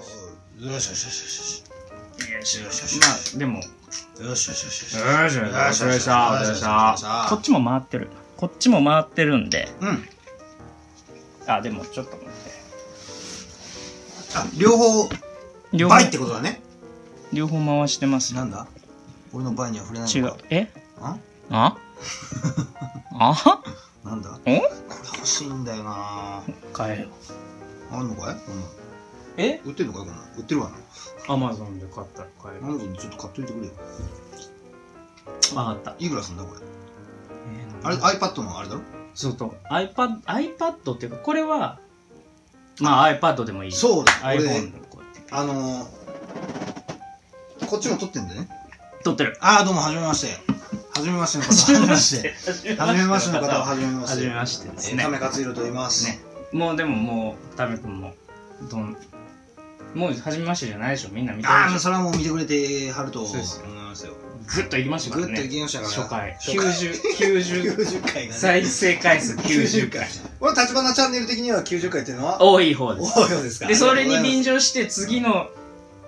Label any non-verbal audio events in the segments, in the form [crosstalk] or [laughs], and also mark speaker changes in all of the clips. Speaker 1: よしよしよしよし
Speaker 2: よし
Speaker 1: よしよし
Speaker 2: まあでもよ
Speaker 1: よしよしよし
Speaker 2: し
Speaker 1: よし
Speaker 2: よしよしよしよしよしよしこっちも回ってるこっちも回ってるんで
Speaker 1: うん
Speaker 2: あでもちょっと待って
Speaker 1: あ両方
Speaker 2: 両方
Speaker 1: 倍ってことだね
Speaker 2: 両方回してます
Speaker 1: なんだ俺の倍には触れない
Speaker 2: 違
Speaker 1: の
Speaker 2: う
Speaker 1: か
Speaker 2: え
Speaker 1: あ [laughs]
Speaker 2: ああ
Speaker 1: なんだこ
Speaker 2: ん
Speaker 1: れ欲しいんだよな
Speaker 2: 買えよ
Speaker 1: あんのかいこんなの
Speaker 2: え
Speaker 1: 売ってるのかいこんなの売ってるわな
Speaker 2: アマゾンで買ったら買え
Speaker 1: なんでちょっと買っといてくれよ
Speaker 2: 分かった
Speaker 1: いくらすんだこれあ
Speaker 2: あ
Speaker 1: れ
Speaker 2: れ
Speaker 1: iPad のあれだろ
Speaker 2: そうと iPad, iPad っていうかこれはまあ iPad でもいい
Speaker 1: そうだ俺
Speaker 2: iPhone
Speaker 1: ね
Speaker 2: でもこうやって
Speaker 1: あのーこっちも撮ってんだよね
Speaker 2: 撮ってる
Speaker 1: ああどうもはじめましてはじめましての方はじめましてはじめまして
Speaker 2: 初
Speaker 1: の方ははじめまし
Speaker 2: 初
Speaker 1: て
Speaker 2: めましてです
Speaker 1: えー
Speaker 2: ね
Speaker 1: 亀勝弘と言います
Speaker 2: ねもうでももうタメ君もどんもう初めましてじゃないでしょみんな見て
Speaker 1: ああも
Speaker 2: るで
Speaker 1: う
Speaker 2: し
Speaker 1: それはもう見てくれてはると思
Speaker 2: そう
Speaker 1: い
Speaker 2: です
Speaker 1: ますよ
Speaker 2: ょグッといきましたか
Speaker 1: グ
Speaker 2: ら
Speaker 1: ッとい
Speaker 2: ね
Speaker 1: きましたから
Speaker 2: 初回
Speaker 1: 初回
Speaker 2: 90
Speaker 1: [laughs]
Speaker 2: 90
Speaker 1: 90回がね
Speaker 2: 再生回数90回
Speaker 1: 俺立花チャンネル的には90回っていうのは
Speaker 2: 多い方です
Speaker 1: 多いようですか
Speaker 2: でそれに
Speaker 1: あり
Speaker 2: 便乗して次の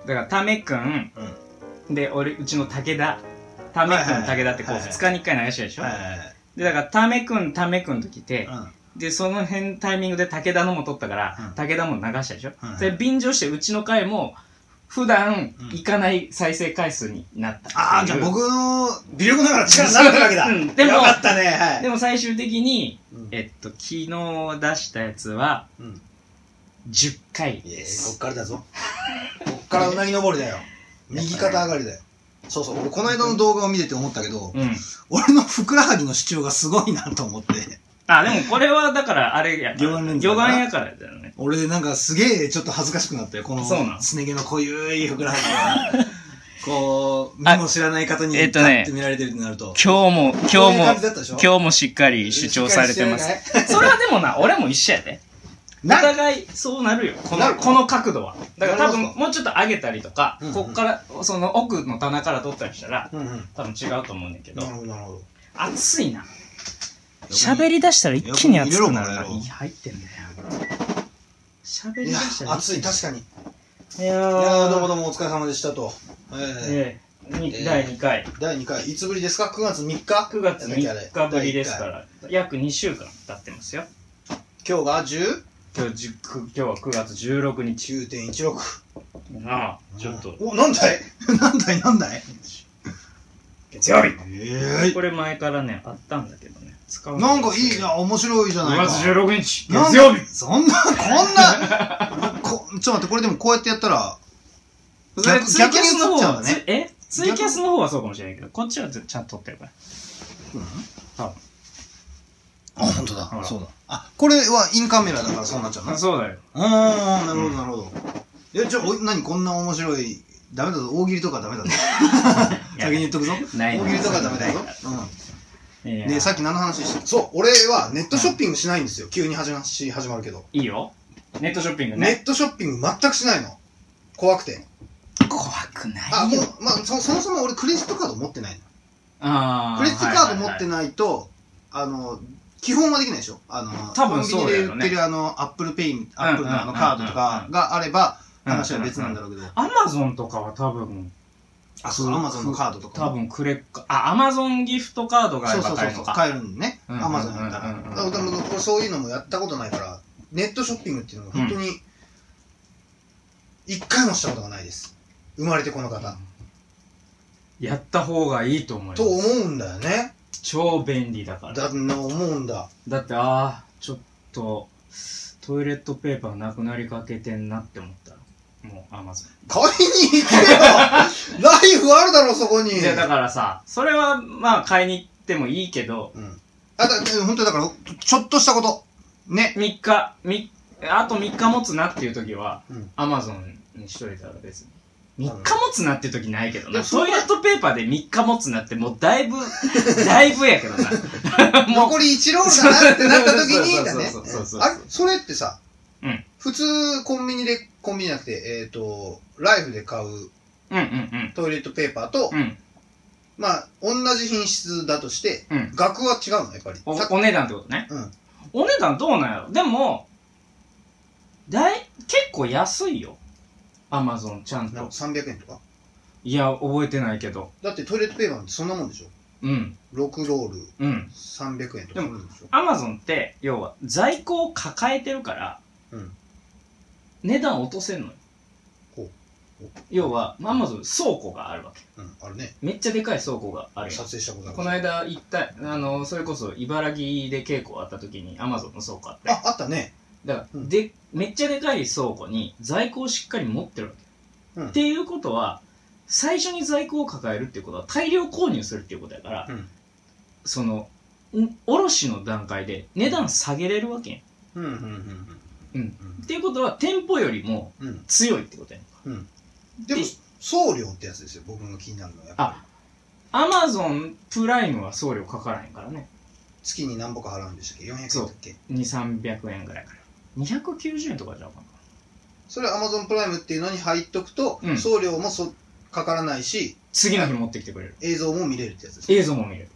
Speaker 2: だからタメくん、で俺うちの武田タメ
Speaker 1: は
Speaker 2: く
Speaker 1: い
Speaker 2: ん
Speaker 1: はいはい
Speaker 2: 武田ってこう
Speaker 1: はいはい
Speaker 2: 2日に1回流してるでし
Speaker 1: がとうござ
Speaker 2: ょ、
Speaker 1: います
Speaker 2: でだからタメくんタメくんと来て、
Speaker 1: はいはいはい
Speaker 2: でその辺タイミングで武田のも撮ったから、
Speaker 1: うん
Speaker 2: 武田も流したでしょ、
Speaker 1: はいはい
Speaker 2: それ便乗してうちの回も普段
Speaker 1: うん
Speaker 2: 行かない再生回数になったっていう
Speaker 1: ああじゃあ僕の微力ながら力になってるわけだ
Speaker 2: うんでも
Speaker 1: よかったねはい
Speaker 2: でも最終的に、
Speaker 1: うん
Speaker 2: えっと昨日出したやつは
Speaker 1: うん
Speaker 2: 10
Speaker 1: い
Speaker 2: 回
Speaker 1: や
Speaker 2: で
Speaker 1: こっ
Speaker 2: す
Speaker 1: からだぞこっからうなぎ登りだよ右肩上がりだよそうそう俺この間の動画を見てて思ったけど、
Speaker 2: うん
Speaker 1: 俺のふくらはぎの主張がすごいなと思って
Speaker 2: あ、でもこれはだからあれやか
Speaker 1: 魚
Speaker 2: ら。
Speaker 1: 眼レンズだ
Speaker 2: 魚
Speaker 1: から
Speaker 2: 眼やからだよね。
Speaker 1: 俺なんかすげえちょっと恥ずかしくなったよこの
Speaker 2: そうなん
Speaker 1: すね毛の濃ゆいふくらは
Speaker 2: [laughs]
Speaker 1: ぎがこう
Speaker 2: あ
Speaker 1: 身も知らない方に
Speaker 2: えっとね
Speaker 1: 立って見られてるってなると、
Speaker 2: 今日も、
Speaker 1: こ
Speaker 2: 今
Speaker 1: ういう感じ
Speaker 2: 日
Speaker 1: だ
Speaker 2: も、
Speaker 1: ったでしょ
Speaker 2: 今日もしっかり主張されてます。
Speaker 1: しっかりして
Speaker 2: それはでもな、俺も一緒やで。お
Speaker 1: ないな
Speaker 2: 互いそうなるよ。こ
Speaker 1: な
Speaker 2: の、
Speaker 1: る
Speaker 2: この角度は。だから多
Speaker 1: なる
Speaker 2: 分
Speaker 1: ほ
Speaker 2: もうちょっと上げたりとか
Speaker 1: うんう、ん
Speaker 2: こっから、その奥の棚から取ったりしたら、
Speaker 1: うんうん
Speaker 2: 多分違うと思うねんだけど
Speaker 1: なる。ほどなるほど
Speaker 2: 熱いな。喋り出したら一気に熱くなるな。
Speaker 1: 横に入れろこれを
Speaker 2: いや入ってんだよ。喋り
Speaker 1: い
Speaker 2: 出
Speaker 1: や
Speaker 2: したら
Speaker 1: 暑い確かにい
Speaker 2: いやー
Speaker 1: やーどうもどうもお疲れ様でしたと、えー
Speaker 2: ええに
Speaker 1: えー
Speaker 2: 第2回。
Speaker 1: 第2回いつぶりですか9月3日
Speaker 2: 9月
Speaker 1: なんだっけあれ
Speaker 2: 3日ぶりですから約2週間経ってますよ
Speaker 1: 今日が10
Speaker 2: 今日じゅく今日は9月16日
Speaker 1: 9.16
Speaker 2: なあちょっと
Speaker 1: おなんだい [laughs] なんだいなんだい
Speaker 2: 月曜日
Speaker 1: え
Speaker 2: これ前からねあったんだけどね使
Speaker 1: え
Speaker 2: う
Speaker 1: なんかいいな面白いじゃな
Speaker 2: 9
Speaker 1: いか
Speaker 2: 月16日
Speaker 1: なんだ
Speaker 2: 月曜日
Speaker 1: そんなこん
Speaker 2: [laughs]
Speaker 1: なこちょっと待ってこれでもこうやってやったら
Speaker 2: それ
Speaker 1: 逆
Speaker 2: ツイキャスの
Speaker 1: 逆に映っちゃ
Speaker 2: 方
Speaker 1: う
Speaker 2: は
Speaker 1: んだね
Speaker 2: つえツイキャスの方はそうかもしれないけどこっちはずちゃんと撮ってるから多分
Speaker 1: あ本当
Speaker 2: ほ
Speaker 1: だ
Speaker 2: ら
Speaker 1: そうだあこれはインカメラだからそうなっちゃうな
Speaker 2: あそうだよ
Speaker 1: おーなるほどなるほどいやじゃあお何こんな面白いダメだぞ大喜利とかダメだぞ先に言っとくぞ
Speaker 2: ない
Speaker 1: 大喜利とかダメだぞうん
Speaker 2: いや
Speaker 1: で、さっき何の話したそう、俺はネットショッピングしないんですよ。急に始まし始まるけど。
Speaker 2: いいよネットショッピング
Speaker 1: ネ
Speaker 2: ね
Speaker 1: ットショッピング全くしないの。怖くて。
Speaker 2: 怖く
Speaker 1: あ、
Speaker 2: な
Speaker 1: もう、まあそ、そもそも俺クレジットカード持ってないの。
Speaker 2: あ
Speaker 1: クレジットカード持って
Speaker 2: い
Speaker 1: ないと、あの、基本はできないでしょあの、
Speaker 2: 多分そうだよね
Speaker 1: コンビニで売ってるあの、アップルペイ、アップルのあの
Speaker 2: うん
Speaker 1: カードと
Speaker 2: うんうんう
Speaker 1: か
Speaker 2: ん
Speaker 1: があれば、話は別なんだろうけど。
Speaker 2: アマゾンとかは多分
Speaker 1: あ、そう、アマゾンのカードとか
Speaker 2: 多
Speaker 1: も。
Speaker 2: 分くれっかあアマゾンギフトカードがあ
Speaker 1: そ
Speaker 2: れ
Speaker 1: うそ
Speaker 2: ば
Speaker 1: うそ
Speaker 2: 買え
Speaker 1: う
Speaker 2: る
Speaker 1: そ
Speaker 2: の
Speaker 1: う、買える
Speaker 2: か
Speaker 1: んね。
Speaker 2: うんうん
Speaker 1: アマゾンやった
Speaker 2: うんうんうん
Speaker 1: ら。だから俺そういうのもやったことないから、ネットショッピングっていうのは本当に、一回もしたことがないです。生まれてこの方。
Speaker 2: やった方がいいと思います
Speaker 1: と思うんだよね。
Speaker 2: 超便利だからだ
Speaker 1: だんな思うんだ。
Speaker 2: ってああちょっとトイレットペーパーなくなりかけてんなって思ったらもうアマゾン
Speaker 1: 買いに行け
Speaker 2: [laughs]
Speaker 1: よライフあるだろ、そこに。
Speaker 2: いやだからさそれはまあ買いに行ってもいいけど
Speaker 1: うん。あ、だ、本当だから、ちょっとしたこと。ね。
Speaker 2: 3日みあと3日持つなっていう時は
Speaker 1: うん
Speaker 2: アマゾンにしといたら別に
Speaker 1: うん
Speaker 2: 3日持つなって時ないけど
Speaker 1: で
Speaker 2: な
Speaker 1: もそ
Speaker 2: ト
Speaker 1: れ
Speaker 2: イレットペーパーで3日持つなってもうだいぶ [laughs] だいぶやけどな
Speaker 1: [laughs]
Speaker 2: もう
Speaker 1: 残り1ロールだなってなった時に、だね
Speaker 2: そうそうそうそ。う
Speaker 1: あれそれってさ
Speaker 2: うん、
Speaker 1: 普通コンビニで、コンビニじゃなくて、えっと、ライフで買う
Speaker 2: うんうん
Speaker 1: トイレットペーパーと
Speaker 2: う、んうん
Speaker 1: まあ、同じ品質だとして、
Speaker 2: うん
Speaker 1: 額は違うの、やっぱり。
Speaker 2: お
Speaker 1: さ
Speaker 2: お値段ってことね、
Speaker 1: うん
Speaker 2: お値段どうなんやろでもだい結構安いよアマゾンちゃん
Speaker 1: なん
Speaker 2: と
Speaker 1: か300円とか
Speaker 2: いや覚えてないけど
Speaker 1: だってトイレットペーパーってそんなもんでしょ
Speaker 2: うん
Speaker 1: 6ロール
Speaker 2: うん
Speaker 1: 300円と
Speaker 2: で
Speaker 1: か
Speaker 2: も
Speaker 1: するんでしょ
Speaker 2: アマゾンって要は在庫を抱えてるから、
Speaker 1: うん
Speaker 2: 値段落とせんのよ
Speaker 1: ほう
Speaker 2: 要はアマゾン倉庫があるわけ
Speaker 1: うんあるね
Speaker 2: めっちゃでかい倉庫があるやん
Speaker 1: 撮影したことある
Speaker 2: この間行ったあのそれこそ茨城で稽古あった時にアマゾンの倉庫あって
Speaker 1: ああったね
Speaker 2: だから
Speaker 1: うん
Speaker 2: でめっちゃでかい倉庫に在庫をしっかり持ってるわけ、
Speaker 1: うん
Speaker 2: っていうことは最初に在庫を抱えるっていうことは大量購入するっていうことやから、
Speaker 1: うん
Speaker 2: そのん卸の段階で値段下げれるわけやんっ
Speaker 1: うんうんうん
Speaker 2: うん
Speaker 1: ん
Speaker 2: ていうことは店舗よりも
Speaker 1: うん
Speaker 2: 強いってことやんか
Speaker 1: うんでも
Speaker 2: で
Speaker 1: 送料ってやつですよ僕が気になるのはやっぱり
Speaker 2: アマゾンプライムは送料かからへんからね
Speaker 1: 月に何ぼか払うんでしたっけ400円だっけ
Speaker 2: 2300円ぐらいから290円とかじゃあかんか
Speaker 1: それは Amazon プライムっていうのに入っとくと、
Speaker 2: うん
Speaker 1: 送料もそかからないし
Speaker 2: 次の日持ってきてくれる
Speaker 1: 映像も見れるってやつです
Speaker 2: 映像も見れる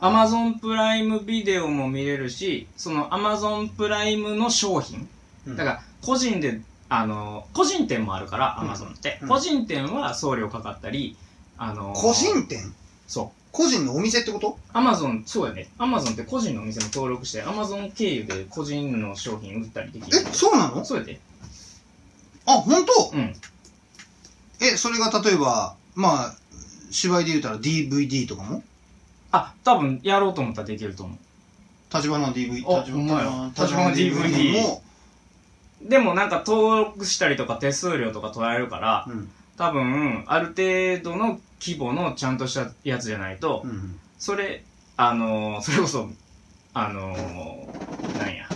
Speaker 2: Amazon プライムビデオも見れるしその Amazon プライムの商品
Speaker 1: うん
Speaker 2: だから個人であの個人店もあるから
Speaker 1: うん
Speaker 2: Amazon って、
Speaker 1: うん
Speaker 2: 個人店は送料かかったりあの
Speaker 1: 個人店
Speaker 2: そ
Speaker 1: 個人のお店ってこと
Speaker 2: う Amazon そうやね Amazon って個人のお店も登録して Amazon 経由で個人の商品売ったりでき
Speaker 1: え
Speaker 2: る
Speaker 1: そうなの
Speaker 2: そうやで
Speaker 1: あ本当
Speaker 2: うん
Speaker 1: えそれが例えばまあ芝居で言うたら DVD とかも
Speaker 2: あ多分やろうと思ったらできると思
Speaker 1: 立花 DVD
Speaker 2: あほんまや立花 DVD
Speaker 1: も、
Speaker 2: うでもなんか登録したりとか手数料とか取られるから
Speaker 1: うん
Speaker 2: 多分ある程度の規模のちゃんとしたやつじゃないと、
Speaker 1: うん、
Speaker 2: それあのーそれこそあのーなんや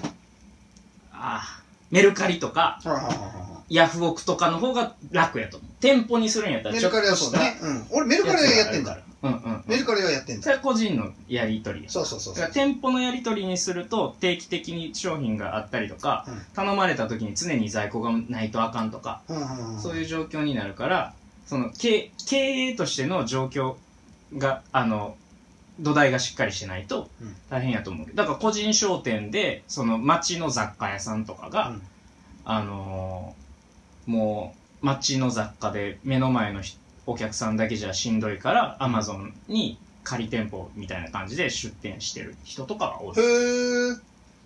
Speaker 2: あーメルカリとか
Speaker 1: はいはいはいは
Speaker 2: ヤフオクとかの方が楽やと思う店舗にするんやった
Speaker 1: い
Speaker 2: ら
Speaker 1: メルカリはそうね、うん、俺メルカリはやってんだ
Speaker 2: らうんうん、う
Speaker 1: メ
Speaker 2: ん、
Speaker 1: ルカリはやってん
Speaker 2: そ
Speaker 1: だ
Speaker 2: れは個人のやり取りや
Speaker 1: そうそうそうそ
Speaker 2: だか
Speaker 1: う
Speaker 2: ら店舗のやり取りにすると定期的に商品があったりとか、
Speaker 1: うん
Speaker 2: 頼まれた時に常に在庫がないとあかんとか
Speaker 1: うんうんうん
Speaker 2: そういう状況になるから、その経経営としての状況が、あの、土台がしっかりしてないと
Speaker 1: うん
Speaker 2: 大変やと思うけど、だから個人商店で、その町の雑貨屋さんとかが、
Speaker 1: うん
Speaker 2: あのーもう町の雑貨で目の前のひお客さんだけじゃしんどいから、アマゾンに仮店舗みたいな感じで出店してる人とかが多い。
Speaker 1: へえ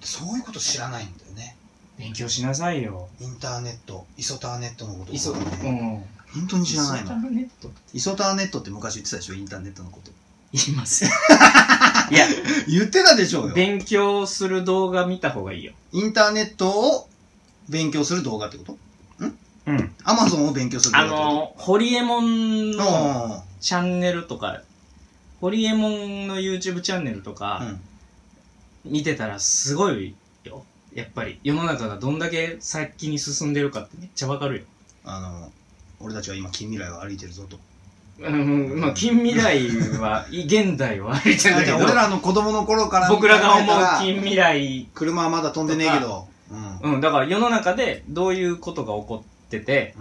Speaker 1: そういうこと知らないんだよね
Speaker 2: 勉強しなさいよ。
Speaker 1: インターネットイソターネットのこと
Speaker 2: いそ、う
Speaker 1: ね、
Speaker 2: ん。
Speaker 1: 本当に知らない
Speaker 2: イソ
Speaker 1: の
Speaker 2: タネット
Speaker 1: イソターネットって昔言ってたでしょインターネットのこと
Speaker 2: 言
Speaker 1: [laughs]
Speaker 2: います。 [laughs] いや、
Speaker 1: 言ってたでしょうよ
Speaker 2: 勉強する動画見た方がいいよ。
Speaker 1: インターネットを勉強する動画ってこと
Speaker 2: うん。
Speaker 1: アマゾンを勉強する動
Speaker 2: あ
Speaker 1: 画ってこ
Speaker 2: の、ホリエモン
Speaker 1: と
Speaker 2: のチャンネルとか、ホリエモンの YouTube チャンネルと
Speaker 1: う
Speaker 2: か
Speaker 1: ん
Speaker 2: 見てたらすごいよ。やっぱり世の中がどんだけ先に進んでるかってめっちゃわかるよ。
Speaker 1: あの俺たちは今近未来を歩いてるぞと
Speaker 2: うん、まあ近未来
Speaker 1: [laughs]
Speaker 2: は、い現代はある [laughs] じゃないけ
Speaker 1: だ
Speaker 2: ど
Speaker 1: って、俺らの子供の頃から
Speaker 2: 僕らが思
Speaker 1: 考えたら
Speaker 2: う近未来、
Speaker 1: 車はまだ飛んでねえけどうん
Speaker 2: うん、だから世の中でどういうことが起こってて、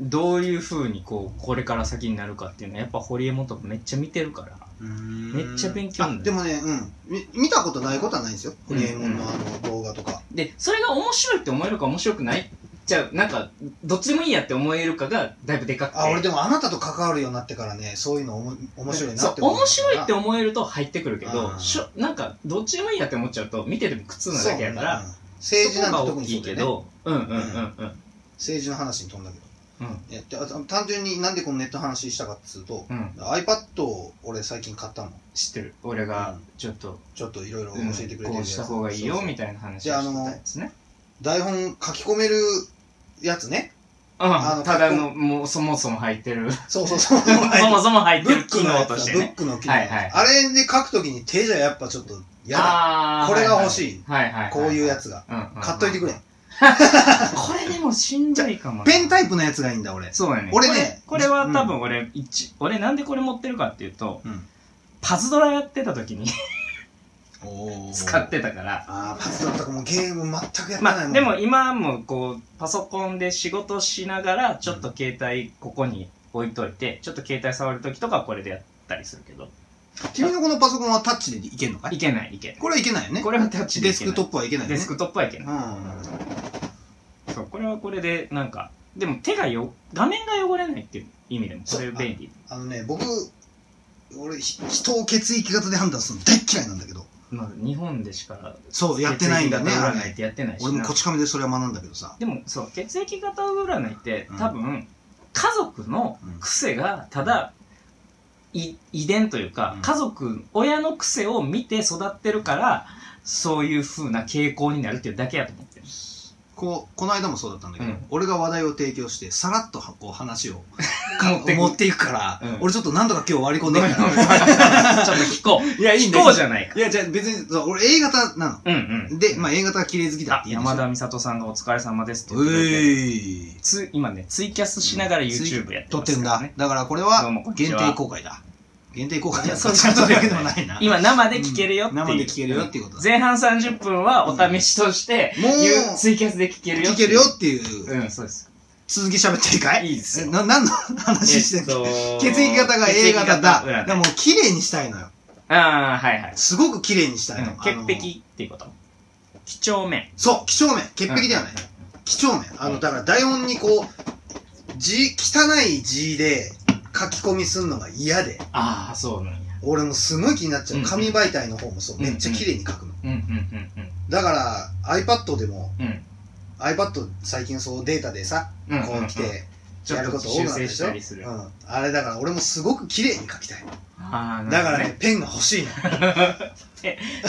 Speaker 2: どういうふうにこう、これから先になるかっていうのはやっぱホリエモンとかめっちゃ見てるから。
Speaker 1: うん
Speaker 2: めっちゃ勉強になる
Speaker 1: あでもねうんみ見たことないことはないんですよホリエモンのあの動画とか
Speaker 2: で、それが面白いって思えるか面白くないじゃあ、なんか、どっちでもいいやって思えるかが、だいぶでかくて。
Speaker 1: あ俺でもあなたと関わるようになってからねそういうのおも面白いなって
Speaker 2: そう、
Speaker 1: 思
Speaker 2: 面白いって
Speaker 1: 思
Speaker 2: 思えると入ってくるけ
Speaker 1: う
Speaker 2: ど、
Speaker 1: ん
Speaker 2: しょなんか、どっちでもいいやって思っちゃうと、見てても苦痛なだけやから、
Speaker 1: 政治なん
Speaker 2: そこ
Speaker 1: て
Speaker 2: が
Speaker 1: 特に
Speaker 2: 大き
Speaker 1: そ
Speaker 2: いう
Speaker 1: だ
Speaker 2: け
Speaker 1: よね
Speaker 2: ど、うんうんうんうん。
Speaker 1: 政治の話に飛んだけど
Speaker 2: うん。
Speaker 1: いやであと単純になんでこのネットの話したかっつうと
Speaker 2: うん。
Speaker 1: iPad を俺最近買ったの
Speaker 2: 知ってる。俺が、ちょっと、
Speaker 1: ちょっといろいろ教
Speaker 2: うん
Speaker 1: えてくれてる
Speaker 2: こうした方がいいよ、み
Speaker 1: たい
Speaker 2: たいな話
Speaker 1: じ
Speaker 2: を
Speaker 1: ゃあ
Speaker 2: してたやつね。
Speaker 1: 台本書き込めるやつねあ
Speaker 2: う
Speaker 1: の
Speaker 2: ん。ただの、もう、そもそも入ってる。
Speaker 1: そうそうそう
Speaker 2: [laughs] そもそも入っ
Speaker 1: ブ
Speaker 2: てる
Speaker 1: ック
Speaker 2: 機
Speaker 1: の
Speaker 2: 能
Speaker 1: やつ
Speaker 2: と
Speaker 1: だ
Speaker 2: して
Speaker 1: ブッ
Speaker 2: ね。
Speaker 1: クの機能
Speaker 2: はいはい
Speaker 1: あれで書くときに手じゃやっぱちょっとやだ
Speaker 2: あー
Speaker 1: これが欲しい
Speaker 2: はいはい。
Speaker 1: こういうや
Speaker 2: つ。
Speaker 1: つが
Speaker 2: うんうんうん
Speaker 1: 買っといてくれ
Speaker 2: これでもしんどいかもな。
Speaker 1: ペンタイプのやつがいいんだ俺
Speaker 2: そうやね。
Speaker 1: 俺ね
Speaker 2: これこれは多分俺、一、俺なんでこれ持ってるかっていうと、
Speaker 1: うん
Speaker 2: パズドラやってた時に使っててたから。
Speaker 1: ああパズドラとかもうゲーム全くやってない
Speaker 2: ま
Speaker 1: も
Speaker 2: あ、
Speaker 1: ん
Speaker 2: でも今もこう、パソコンで仕事しながら、ちょっと携帯ここに置いといて、ちょっと携帯触る時とかはこれでやったりするけど、
Speaker 1: 君のこのパソコンはタッチでいけんのかい
Speaker 2: いけないいけない。
Speaker 1: これはいけないよね
Speaker 2: これはタッチで
Speaker 1: デ
Speaker 2: い
Speaker 1: ス
Speaker 2: けな
Speaker 1: ク
Speaker 2: い。
Speaker 1: トップはいけないよね
Speaker 2: デスクトップはいけない。
Speaker 1: うん
Speaker 2: そう、これはこれで、なんか、でも手がよ、画面が汚れないっていう意味でも、これ便利。
Speaker 1: あのね、僕、俺、ひ人を血液型で判断するの大っ嫌いなんだけど、
Speaker 2: まあ、日本でしか、
Speaker 1: そう、やってないんだね、
Speaker 2: 血液
Speaker 1: あ
Speaker 2: 型
Speaker 1: れ
Speaker 2: 占いってやってないしな。
Speaker 1: 俺もこち亀でそれは学んだけどさ、
Speaker 2: でも、そう、血液型占いって
Speaker 1: うん
Speaker 2: 多分、家族の癖が、ただ、い遺伝というか
Speaker 1: う、ん
Speaker 2: 家族、親の癖を見て育ってるから、そういう風な傾向になるっていうだけやと思ってる。
Speaker 1: こう、この間もそうだったんだけど、
Speaker 2: うん
Speaker 1: 俺が話題を提供して、さらっとはこう話を
Speaker 2: [laughs] 持ってく
Speaker 1: 持っていくから、
Speaker 2: うん
Speaker 1: 俺ちょっと何とか今日割り込
Speaker 2: ご
Speaker 1: んで
Speaker 2: め
Speaker 1: い
Speaker 2: ん
Speaker 1: く
Speaker 2: ごめん
Speaker 1: か
Speaker 2: ごめん [laughs] ちょっと聞こ
Speaker 1: [laughs]
Speaker 2: う。
Speaker 1: ら。いや、
Speaker 2: 聞こうじゃないか。
Speaker 1: いや、じゃあ別に、そう俺 A 型な
Speaker 2: うんうん。
Speaker 1: の。で、まあ A 型は綺麗好きだっ
Speaker 2: あ
Speaker 1: て言うんで
Speaker 2: 山
Speaker 1: しょ。
Speaker 2: 田美里さんがお疲れ様ですって
Speaker 1: う
Speaker 2: 言ってくれてる
Speaker 1: い。
Speaker 2: つ今ね、ツイキャスしながら YouTube やって
Speaker 1: 撮っ
Speaker 2: ま
Speaker 1: て
Speaker 2: す
Speaker 1: ん
Speaker 2: から
Speaker 1: だ
Speaker 2: ね。。
Speaker 1: だからこれ
Speaker 2: どう
Speaker 1: は
Speaker 2: もこんにち
Speaker 1: 限
Speaker 2: は
Speaker 1: 定公開だ。限定公開
Speaker 2: いや
Speaker 1: だ。
Speaker 2: そう
Speaker 1: [laughs] ちょっとだけでもないな。
Speaker 2: 今生で聞けるよっていう。
Speaker 1: 生で聞けるよっていうことだ。
Speaker 2: 前半30分はお試しとして、
Speaker 1: もう
Speaker 2: ゆツイキャスで聞けるよ
Speaker 1: 聞けるよ
Speaker 2: っ
Speaker 1: っていう、
Speaker 2: うん、そうです。
Speaker 1: 続き喋っていいかい
Speaker 2: いいですよ
Speaker 1: えな、何の話してんの血液型が A 型だ。で
Speaker 2: あ
Speaker 1: も綺麗にしたいのよ。
Speaker 2: あー、はいはい。
Speaker 1: すごく綺麗にしたいの。あ
Speaker 2: うん
Speaker 1: の
Speaker 2: 潔癖っていうこと。几帳面。
Speaker 1: そう、几帳面。潔癖ではない。几帳面。あの、だから台本にこう、字、汚い字で書き込みすんのが嫌で、
Speaker 2: ああ、そうなんや。
Speaker 1: 俺もすごい気になっちゃう。
Speaker 2: うん
Speaker 1: 紙媒体の方もそう。
Speaker 2: うん
Speaker 1: めっちゃ綺麗に書くの。
Speaker 2: うんうんう
Speaker 1: だから iPad でも
Speaker 2: んうん。うん。
Speaker 1: iPad 最近そうデータでさ
Speaker 2: うん
Speaker 1: こう来
Speaker 2: うんうん
Speaker 1: て
Speaker 2: ちょ
Speaker 1: や
Speaker 2: っ
Speaker 1: る
Speaker 2: と
Speaker 1: こと多く
Speaker 2: 修
Speaker 1: なったで
Speaker 2: 正
Speaker 1: し
Speaker 2: し
Speaker 1: ょ、
Speaker 2: た
Speaker 1: う
Speaker 2: りする。
Speaker 1: ん、あれだから俺もすごく綺麗に書きたい
Speaker 2: ああ、
Speaker 1: だ
Speaker 2: な
Speaker 1: から
Speaker 2: る
Speaker 1: ねペンが欲しいの
Speaker 2: ほどね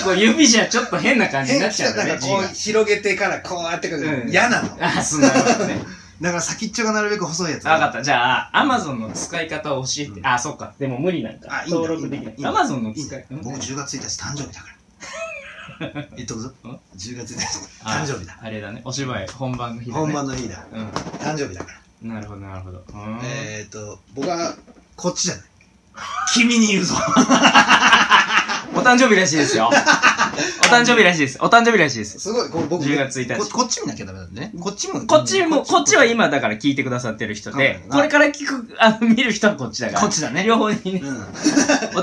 Speaker 2: [laughs] こう指じゃちょっと変な感じになっちゃうんだ
Speaker 1: なん
Speaker 2: ね
Speaker 1: か、
Speaker 2: 字
Speaker 1: こ
Speaker 2: が
Speaker 1: う。広げてからこうやって書く
Speaker 2: うん
Speaker 1: 嫌なのだ
Speaker 2: ああ、そうなるほど
Speaker 1: [laughs]
Speaker 2: ね。
Speaker 1: から先っちょがなるべく細いやつ
Speaker 2: わかった。じゃあ、アマゾンの使い方を教えて。
Speaker 1: うん
Speaker 2: あ、そっか。でも無理なんか
Speaker 1: あ。いいんだ
Speaker 2: 登録でき
Speaker 1: いいん
Speaker 2: な
Speaker 1: だ
Speaker 2: い。アマゾンの
Speaker 1: いいん
Speaker 2: 使
Speaker 1: だ
Speaker 2: い
Speaker 1: よ僕10月1日誕生日だ
Speaker 2: [laughs]
Speaker 1: から言っとくぞ
Speaker 2: ん
Speaker 1: 10月1日誕生日だ
Speaker 2: あれだね。お芝居、本番の日だね。
Speaker 1: 本番の日だ
Speaker 2: う
Speaker 1: 誕生日だから、
Speaker 2: ん。なるほど、なるほど。うーん
Speaker 1: えーっと僕はこっちじゃない君に言うぞ
Speaker 2: お誕生日らしいで
Speaker 1: [laughs]
Speaker 2: すよ。お誕生日らしいです。お誕生日らしいです。
Speaker 1: すごいこう僕
Speaker 2: 10月1日
Speaker 1: ここっち見なきゃダメなんでねこっちも
Speaker 2: こっちも、こっちは今だから聞いてくださってる人で、
Speaker 1: うん
Speaker 2: これから聞く、あの、見る人はこっちだから。
Speaker 1: こっちだね
Speaker 2: 両方にね、
Speaker 1: うん、
Speaker 2: お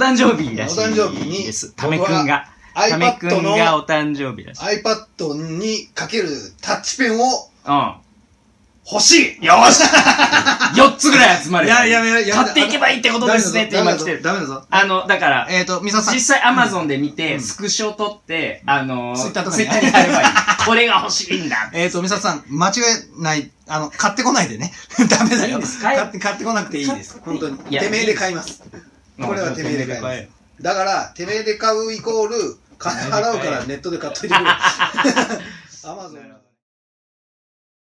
Speaker 2: 誕生日らしい。
Speaker 1: お誕生日に
Speaker 2: です。ためくんが。ためく
Speaker 1: iPad
Speaker 2: んが
Speaker 1: の
Speaker 2: お誕生日らしい。
Speaker 1: iPad にかけるタッチペンを
Speaker 2: うん。
Speaker 1: 欲しい
Speaker 2: よーし !4 つぐらい集まれ。
Speaker 1: いやいやいやいや
Speaker 2: 買っていけばいいってことですねって今来てる。
Speaker 1: ダメだぞ。
Speaker 2: あの、だか
Speaker 1: [laughs]
Speaker 2: ら、
Speaker 1: えっ、ー、と、ミサさん。
Speaker 2: 実際 Amazon で見て、
Speaker 1: うん
Speaker 2: スクショ撮って、あのー、
Speaker 1: Twitter とかに
Speaker 2: Twitter に貼れば
Speaker 1: [laughs]
Speaker 2: いい。これが欲しいんだ。
Speaker 1: えっ、ー、と、ミサさん、間違えない、あの、買ってこないでね。 [laughs] ダメだ
Speaker 2: いい
Speaker 1: よ。
Speaker 2: んですか
Speaker 1: 買って、買ってこなくていいです。
Speaker 2: 買
Speaker 1: 本
Speaker 2: って
Speaker 1: 当
Speaker 2: いい
Speaker 1: に。
Speaker 2: いや
Speaker 1: てめえで買います。これはてめえで買います。だから、て [laughs]
Speaker 2: [laughs]
Speaker 1: めえで買うイコール、金払うからネットで買っといてくれ。アマゾン。